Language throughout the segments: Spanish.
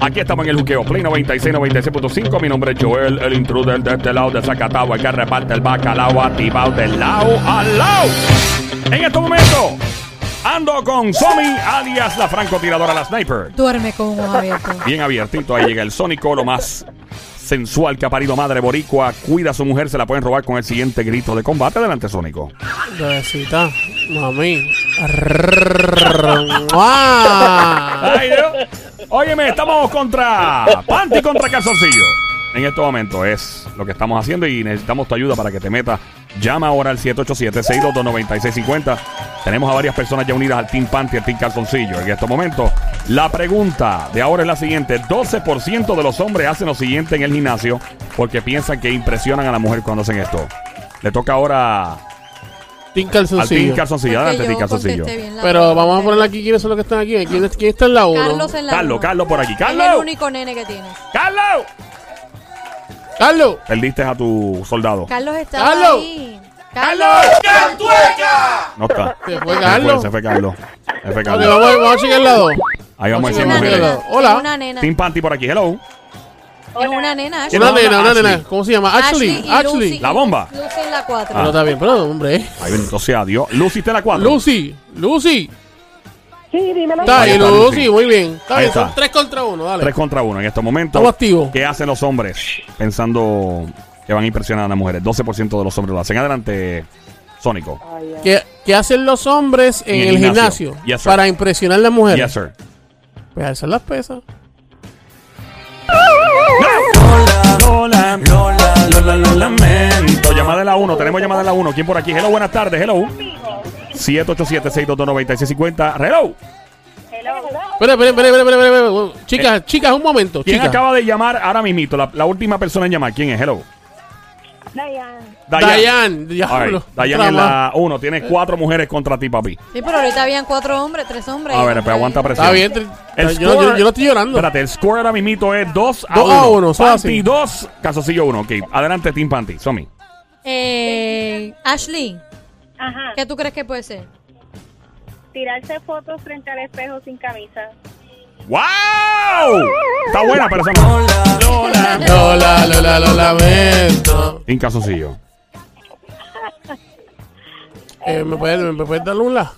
Aquí estamos en el juqueo Play 96, 96.5. Mi nombre es Joel, el intruder de este lado de Zacatau, el que reparte el bacalao activado del lado al lado. En este momento ando con Somi, alias la francotiradora, la sniper. Duerme con un ojo abierto. Bien abiertito, ahí llega el sónico, lo más sensual que ha parido madre boricua. Cuida a su mujer, se la pueden robar con el siguiente grito de combate. Adelante, sónico. Bebecita, mami. ¡Mua! Ay, Dios. Óyeme, estamos contra Panty contra Calzoncillo. En este momento es lo que estamos haciendo y necesitamos tu ayuda para que te metas. Llama ahora al 787-622-9650. Tenemos a varias personas ya unidas al Team Panty, al Team Calzoncillo. En este momento, la pregunta de ahora es la siguiente. 12% de los hombres hacen lo siguiente en el gimnasio porque piensan que impresionan a la mujer cuando hacen esto. Le toca ahora Team al Team Calzoncillo. Calzoncillo. Porque Adelante, yo Team Calzoncillo. contesté bien la Pero pregunta. vamos a ponerle aquí quiénes son los que están aquí. ¿Quién, quién está en la 1? Carlos en la Carlos, uno. Carlos por aquí. Es el ¡Carlos! único nene que tienes. ¡Carlos! ¡Carlos! Perdiste a tu soldado. Carlos está Carlos. ahí. No está. Se fue Carlos. Se fue Carlos. Se fue Ok, Carlos. vamos, a- vamos a checar el lado. Ahí vamos a Oye, decir Una Carlos. mujeres. nena. Hola. Es una nena. Team Panty por aquí, hello. Es una nena. Ashley. Una Hola, nena, una Ashley. nena. ¿Cómo se llama? Ashley. y Lucy. Ashley. La bomba. Ah. Lucy en la Pero 4. está bien, pero hombre. eh. Ahí bendito sea Dios. Lucy está en la 4. Lucy, Lucy. Sí, dímelo. Está Ahí ahí, está, Lucy. Lucy, muy bien. Está Ahí bien, está. son 3 contra 1, dale. 3 contra 1 en estos momentos. Estamos activos. ¿Qué hacen los hombres pensando que van a impresionar a las mujeres? 12% de los hombres lo hacen. Adelante, Sónico. Ay, ay. ¿Qué, qué hacen los hombres en, el gimnasio, Yes, sir. para impresionar a las mujeres? Yes, sir. Pues alzar las pesas. Lola, Lola, Lola, lo lamento. Llamada de la 1, tenemos llamada de la 1. ¿Quién por aquí? Hello, buenas tardes, hello. 787-622-9650. Hello. Espera, espera, espera, espera, espera, espera, espera. Chicas, chicas, un momento, Eh, ¿Quién chicas. acaba de llamar ahora mismito? La, la última persona en llamar. ¿Quién es? Hello. Dayan. Dayan, All diablo. right. Dayan Otra es más. la 1. Tienes cuatro mujeres contra ti, papi. Sí, pero ahorita habían cuatro hombres, tres hombres. A y ver, un pero aguanta hombre. presión. Está bien, te- El yo, yo- score- yo no estoy llorando. Espérate, el score ahora mismito es 2 a Dos a 1. uno, eso es Panty así. 2, Calzoncillo 1. Ok, adelante Team Panty. Somi. Eh, Ashley, Ajá. ¿qué tú crees que puede ser? Tirarse fotos frente al espejo sin camisa. ¡Wow! Está buena, pero esa no. Lola, Lola, lo lamento. Team Calzoncillo. Eh, ¿me, puedes, ¿Me me puedes dar un la?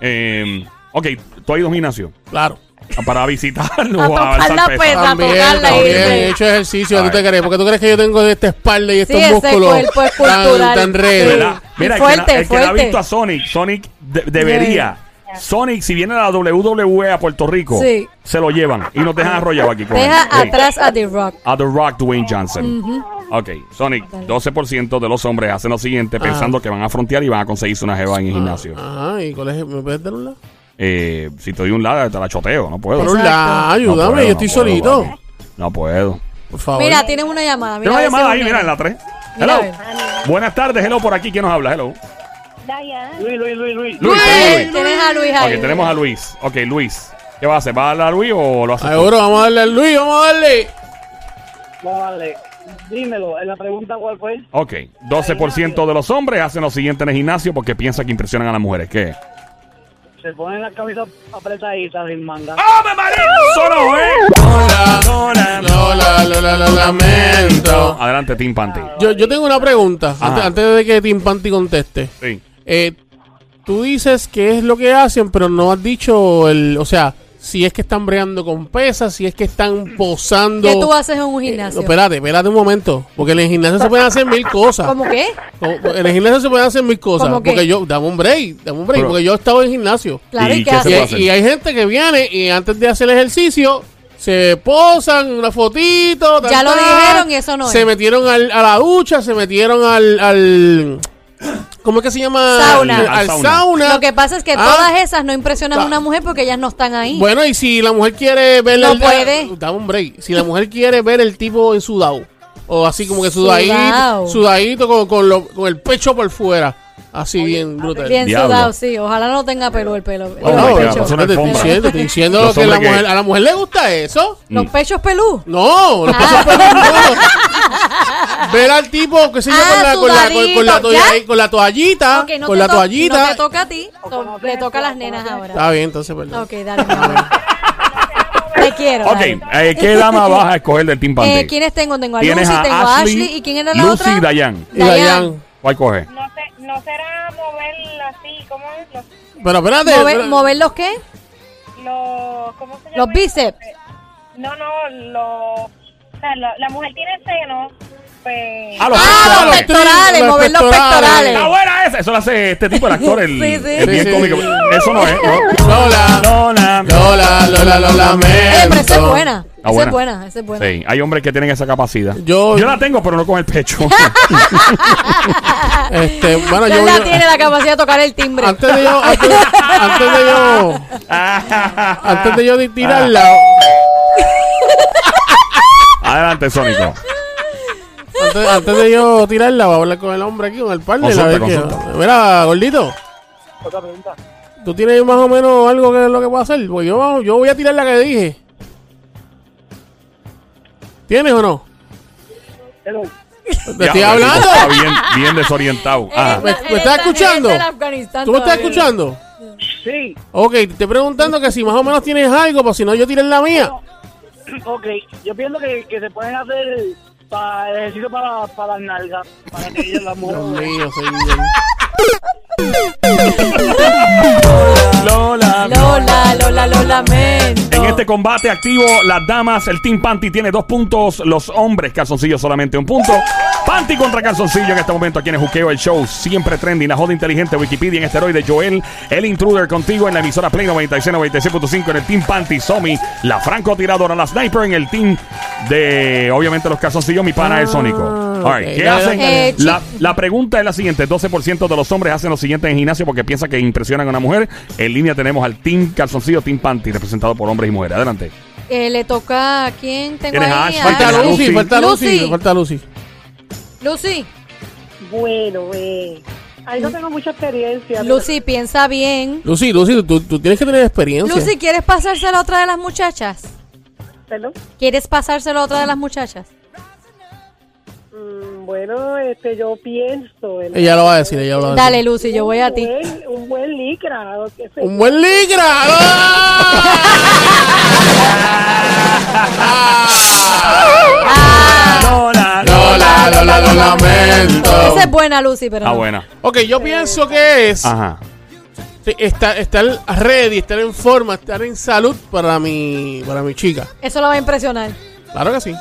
Eh, ok, tú has ido a un gimnasio Claro. para visitarlo. A o tocar alzar la peso. pesa. Para También, tocarla y también. irse. He hecho ejercicio, ¿tú Ay. te crees? ¿Por qué tú crees que yo tengo esta espalda y estos ese músculos cuerpo es cultural. tan, tan redes? ¿Verdad? Sí. Mira, el Fuerte, que na- el que, la ha fuerte. visto a Sonic, Sonic de- debería. Sonic, si viene a la WWE a Puerto Rico, Sí. se lo llevan y nos dejan arrollado aquí. con Deja él. Sí. atrás a The Rock. A The Rock, Dwayne Johnson. Ok, Sonic, 12% de los hombres hacen lo Ah. siguiente pensando que van a frontear y van a conseguirse una jeva en el gimnasio. Ajá, ¿y cuál es? ¿Me puedes dar un la? Eh, si te doy un lado, te la choteo, no puedo. Por No un la, ayúdame, puedo, yo no estoy puedo, solito. papi. No puedo. Por favor. Mira, tienes una llamada. Mira Tengo una a ver si llamada es ahí, un mira, en nene. la 3. Mira, Hello. a ver. Buenas tardes, hello, por aquí. ¿Quién nos habla? Hello. Dayan. Luis, Luis, Luis, Luis. Luis, tenemos a Luis. Tienes a Luis ahí. Ok, tenemos a Luis. Ok, Luis. ¿Qué vas a hacer? ¿Vas a hablar a Luis o lo haces tú? Ahora vamos a darle al Luis, vamos a darle. No, vale. Dímelo, en la pregunta cuál fue. Ok, 12% de los hombres hacen lo siguiente en el gimnasio porque piensan que impresionan a las mujeres. ¿Qué? Se ponen las camisas apretaditas sin manga. ¡Oh, me mareé! ¡Solo, eh! Lola, Lola, Lola, lo lamento. Oh. Adelante, Team Panty. Yo, yo tengo una pregunta, Ajá. antes, antes de que Tim Panty conteste. Sí. Eh, tú dices que es lo que hacen, pero no has dicho el, o sea, si es que están breando con pesas, si es que están posando. ¿Qué tú haces en un Eh, gimnasio? espérate, espérate un momento, porque en el gimnasio se pueden hacer mil cosas. ¿Cómo qué? Como- En el gimnasio se pueden hacer mil cosas. ¿Cómo qué? Porque yo, dame un break, dame un break, Pero- porque yo he estado en el gimnasio. Claro, ¿Y ¿y qué qué se Y, puede haces? hacer? y hay gente que viene y antes de hacer el ejercicio se posan una fotito. Ya lo dijeron y eso no Se es. metieron al- a la ducha, se metieron al. al ¿Cómo es que se llama? Sauna. Al, al Al sauna. sauna. Lo que pasa es que Ah, todas esas no impresionan a Ah. una mujer porque ellas no están ahí. Bueno, y si la mujer quiere ver No el. puede. Dame un break. Si la mujer quiere ver el tipo en sudado. O así como que Sudado. sudadito. Sudadito con, con, lo- con el pecho por fuera. Así bien brutal. Bien Diablo. sudado, sí. Ojalá no tenga pelo el pelo. Oh, los, my God, pechos. pasó una te estoy alfombra. diciendo, te estoy diciendo Los que la hombres mujer, que- a la mujer le gusta eso. Los pechos pelú. No, los Ah. pasos por no. Ver al tipo, qué sé yo, Ah, con, la, con, la, con, con la sudadito, toalla- ¿ya? con la Ah, toallita. Ok, no con te la to- No toallita. te toca a ti. to- le toca a las nenas ahora. Está bien, entonces, perdón. Ok, dale, mi amor. Te quiero. Ok, dale. eh, ¿qué dama vas a escoger del Team Panty? Eh, ¿Quiénes tengo? Tengo a Lucy, Tienes tengo a a Ashley, Ashley. ¿Y quién era la Lucy otra? y Dayan. Y Dayan. ¿Cuál coge? No, sé, no será mover así, ¿cómo es? Los, Pero espérate. ¿Mover, espérate. mover los qué? los, ¿cómo se llama? Eh, Los bíceps. No, no, los, o sea, lo- la mujer tiene senos, pues... Ah, los Ah, los pectorales. pectorales, Los mover los pectorales. pectorales. ¡Está buena esa! Eso lo hace este tipo, el actor, el, Eh. Sí, sí. es bien Sí, sí. cómico. Eso no es, ¿no? Lola. Lola. Lola, Lola, lo Eh, lamento. pero esa es buena. Está buena. Esa es buena, esa es buena. Sí, hay hombres que tienen esa capacidad. Yo- la tengo, pero no con el pecho. Este, bueno, yo, Ah, Él la yo- tiene la capacidad de tocar el timbre. antes de yo, antes, antes de yo, antes de yo de tirarla, Adelante, Sónico. antes, antes de yo tirarla, voy a hablar con el hombre aquí, con el par de la Consulta, vez que- consulta. Mira, gordito, Otra pregunta. ¿tú tienes más o menos algo que lo que puedo hacer? Pues yo, yo voy a tirar la que dije. ¿Tienes o no? Hello. Te Ya, estoy el tipo hablando. Eh, Está bien, bien desorientado. Ah, ¿me- me Él estás él él escuchando? del Afganistán ¿Tú me estás todavía. escuchando? Sí, Ok, te estoy preguntando que si más o menos tienes algo, pues si no yo tiré la mía. ok. Yo pienso que, que se pueden hacer para ejercicio para, para las nalgas, para que ellas las Dios mujeres. mío, señor. Lola. Lola, Lola, lo lamento. En este combate activo, las damas, el Team Panty tiene dos puntos, los hombres, calzoncillo solamente un punto. Panty contra calzoncillo en este momento aquí en el Juqueo, el show siempre trending, la joda inteligente, Wikipedia en esteroide, Joel, el intruder contigo en la emisora Play 96, 96.5 en el Team Panty, Somi, la francotiradora, la sniper en el Team de, obviamente, los calzoncillos, mi Ah. pana el Sónico. Ah, All right, ok, ¿Qué dale, hacen? dale. Eh, La, la pregunta es la siguiente: 12% de los hombres hacen lo siguiente en gimnasio porque piensan que impresionan a una mujer. En línea tenemos al Team Calzoncillo, Team Panty, representado por hombres y mujeres. Adelante. Eh, le toca a quién tengo Tienes a ahí. Ash, Falta Ay, Lucy, Lucy. falta Lucy, Lucy. falta Lucy. Lucy, Bueno, eh, ahí no tengo mucha experiencia. pero- Lucy, piensa bien. Lucy, Lucy, tú, tú tienes que tener experiencia. Lucy, ¿quieres pasárselo a otra de las muchachas? Perdón. ¿Quieres pasárselo a otra de las muchachas? Mm, bueno, este, yo pienso... ¿verdad? Ella lo va a decir, ella lo va a decir. Dale, Lucy, yo voy a ti. Un buen, un buen licra, o qué sé Un buen ligra. ¡Ah! Ah. Lola, Lola, Lola, lo Esa es lamento. buena, Lucy, pero Ah, no. buena. Ok, yo pienso que es Ajá. estar, estar ready, estar en forma, estar en salud para mi, para mi chica. Eso la va a impresionar. Claro que sí.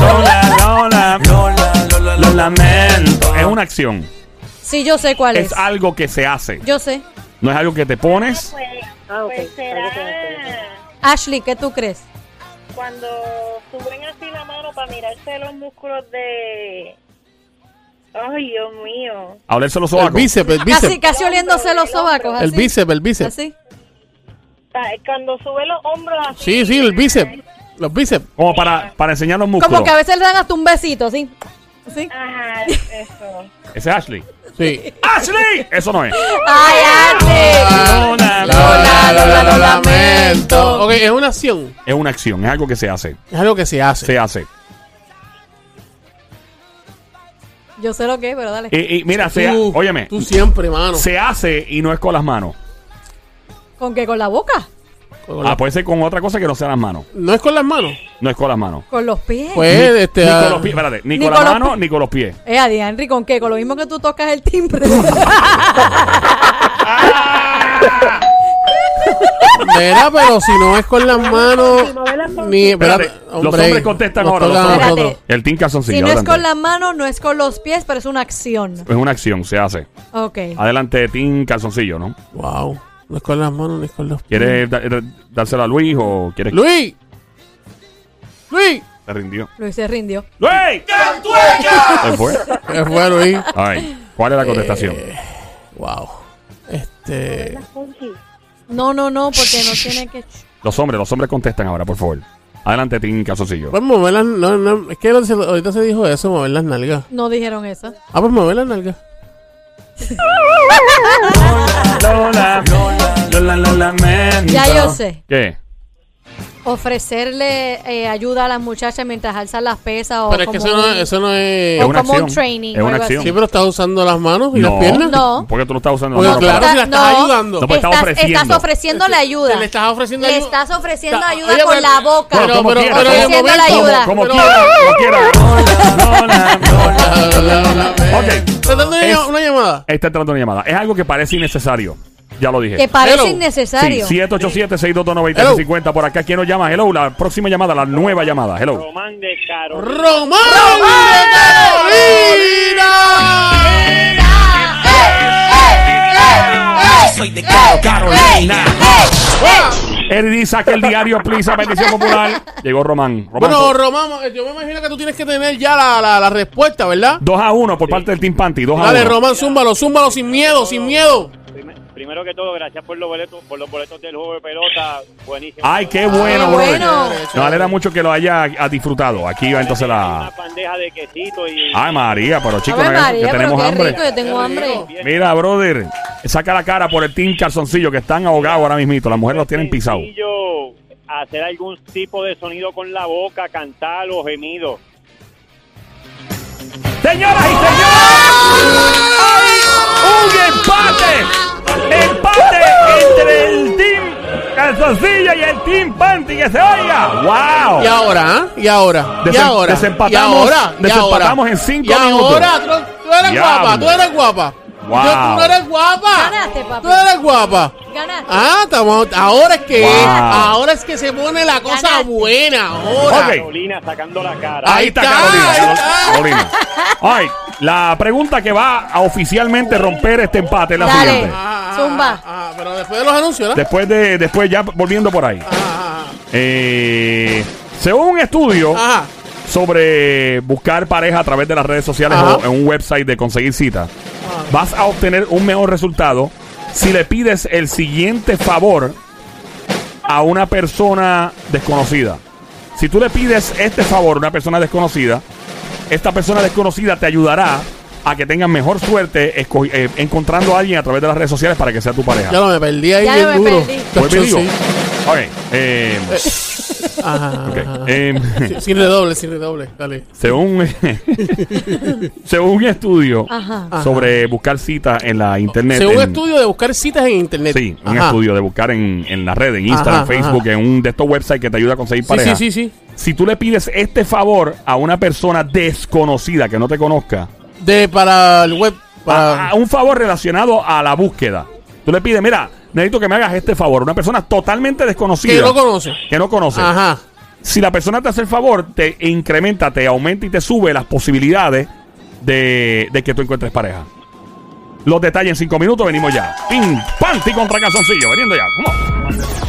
Lola, Lola, lo lamento. Es una acción. Sí, yo sé cuál es. Es algo que se hace. Yo sé. No es algo que te pones. Pues, Ah, ok. pues Algo que hacer. será Ashley, ¿qué tú crees? cuando suben así la mano para mirarse los músculos de... Ay, Dios mío. A olerse los El sobacos. bíceps, el Casi, bíceps. casi oliéndose los sobacos. El así. bíceps, el bíceps. Así. Ta- Cuando sube los hombros así. Sí, sí, el bíceps. Los bíceps. Como para, para enseñar los músculos. Como que a veces le dan hasta un besito, así. Así. Ajá, eso. Ese es Ashley. Sí. ¡Ashley! Eso no es. ¡Ay, Ashley! Lola, Lola, Lola, lo lamento. Ok, es una acción. Es una acción. Es algo que se hace. Es algo que se hace. Se hace. Yo sé lo que es, pero dale. Y, y mira, se, ha- Tú- óyeme, Tú siempre, mano. se hace y no es con las manos. ¿Con qué? ¿Con la boca? Con la- Ah, puede ser con otra cosa que no sea las manos. No es con las manos. No es con las manos. ¿Con los pies? Pues, ni, este. ni ah, con los pies, espérate, ni, Ni con con las los manos pi- ni con los pies. Eh, Adianri, ¿con qué? Con lo mismo que tú tocas el timbre. Ah. Verá, pero si no es con las manos. Ni, Espérate, espérate, los hombre, hombres contestan nos ahora. los toca a hombres. Espérate. nosotros. El Team Calzoncillo. si no es adelante. con la mano, no es con los pies, pero es una acción. Es una acción, se hace. Ok. Adelante, Team Calzoncillo, ¿no? Wow. No es con las manos, ni es con los pies. ¿Quieres da- da- dárselo a Luis o quieres ¡Luis! ¡Luis! se rindió? Luis se rindió. ¡Luis! Se fue. Se fue Eh. Luis. Ay, ¿Cuál es la contestación? Wow. Este. No, no, no, porque no tiene que. Los hombres, los hombres contestan ahora, por favor. Adelante, Team Calzoncillo. Pues mover las. No, no, es que no se- ahorita se dijo eso, mover las nalgas. No dijeron eso. Ah, pues mover las nalgas. Lola, Lola, Lola, Ya yo sé. ¿Qué? ofrecerle eh, ayuda a las muchachas mientras alzan las pesas o Pero es que como eso no, un- es- eso no es... Es o una como un acción. training Es o una algo así. acción. Sí, pero estás usando las manos y las piernas. No. Porque tú no estás usando Pues la mano claro, para- si la estás no, ayudando. No, pues está estás, ofreciendo. estás ofreciéndole ayuda. Le estás ofreciendo Le ayuda. estás ofreciendo Ta- ayuda oye, con pero- la boca. Bueno, como quiera. pero de Ofreciendo la momento- ayuda. Como pero- quiera, como quiera. Lola, Ah, Lola, Lola. Ok. Ok. Tratando de Es- una llamada. Está entrando una llamada. Es algo que parece innecesario. Ya lo dije. Que parece Hello. innecesario. Sí, 787-622-9650. Por acá, ¿quién nos llama? Hello, la próxima llamada, la nueva llamada. Hello. Román de Caro. Román de Carolina. Soy de Caro Carolina. Eddie, saque el diario, please, a bendición popular. Llegó Román. Román Bueno, por- Román, eh, yo me imagino que tú tienes que tener ya la, la, la respuesta, ¿verdad? 2 a 1 por parte del Team Panty. 2 a Dale, 1. Román, zúmbalo, zúmbalo sin miedo, sin miedo. Prim- Primero que todo, gracias por los boletos, por los boletos del juego de pelota. Buenísimo. Ay, qué bueno, Qué brother. bueno. Nos alegra mucho que lo haya ha disfrutado. Aquí va entonces Una la. bandeja de quesito y Ay, María, pero chicos, Ave no hagan eso, María, que pero tenemos qué hambre. rico, yo tengo hambre. Mira, brother, saca la cara por el Team Calzoncillo que están ahogados ahora mismito. Las mujeres los tienen pisados. sencillo hacer algún tipo de sonido con la boca, cantar o gemido. Señoras y señores, hay un empate. Empate entre el Team Calzoncillo y el Team Panty. Que se oiga. ¡Wow! Y ahora, ¿eh? Y ahora, y Desem- ahora. desempatamos- y ahora, y desempatamos ahora. en cinco y minutos. ahora, tú, tú eres Diablo. guapa, tú eres guapa. Wow. Yo, tú no eres guapa. Ganaste, papi. Tú eres guapa. Ganaste. Ah, estamos, ahora es que, Wow. ahora es que se pone la cosa Ganaste. buena, ahora. Ok. Carolina sacando la cara. Ahí está Ahí está, Carolina. ahí está. Carolina. Ay, la pregunta que va a oficialmente romper este empate es la Dale. siguiente. Ah, ah, Zumba. ah, pero después de los anuncios, ¿no? Después de, después ya volviendo por ahí. Ah, Eh, según un estudio ah, ah. Ajá. sobre buscar pareja a través de las redes sociales Ajá. Ah. o en un website de conseguir cita, vas a obtener un mejor resultado si le pides el siguiente favor a una persona desconocida. Si tú le pides este favor a una persona desconocida, esta persona desconocida te ayudará a que tengas mejor suerte escogi- eh, encontrando a alguien a través de las redes sociales para que sea tu pareja. Ya lo me perdí ahí Ya bien me duro. perdí. Vuelvo y Cacho, digo. sí. Ok, eh, Ajá, ok, ajá. eh, Sí, Sin redoble, sin redoble. Dale. Según, según un estudio Ajá. sobre buscar citas en la internet. Según un en- estudio de buscar citas en internet. Sí, un Ajá. estudio de buscar en, en la red, en Instagram, Ajá, Facebook, en un de estos websites que te ayuda a conseguir Sí, pareja. sí, sí, sí. Si tú le pides este favor a una persona desconocida que no te conozca, De para el web. a- Para... a Ah, un favor relacionado a la búsqueda, tú le pides, mira, necesito que me hagas este favor. Una persona totalmente desconocida. que no conoce. que no conoce. Ajá. si la persona te hace el favor, te incrementa, te aumenta y te sube las posibilidades de, de que tú encuentres pareja. Los detalles en cinco minutos, venimos ya. Pim, panty contra calzoncillo, veniendo ya. Vamos.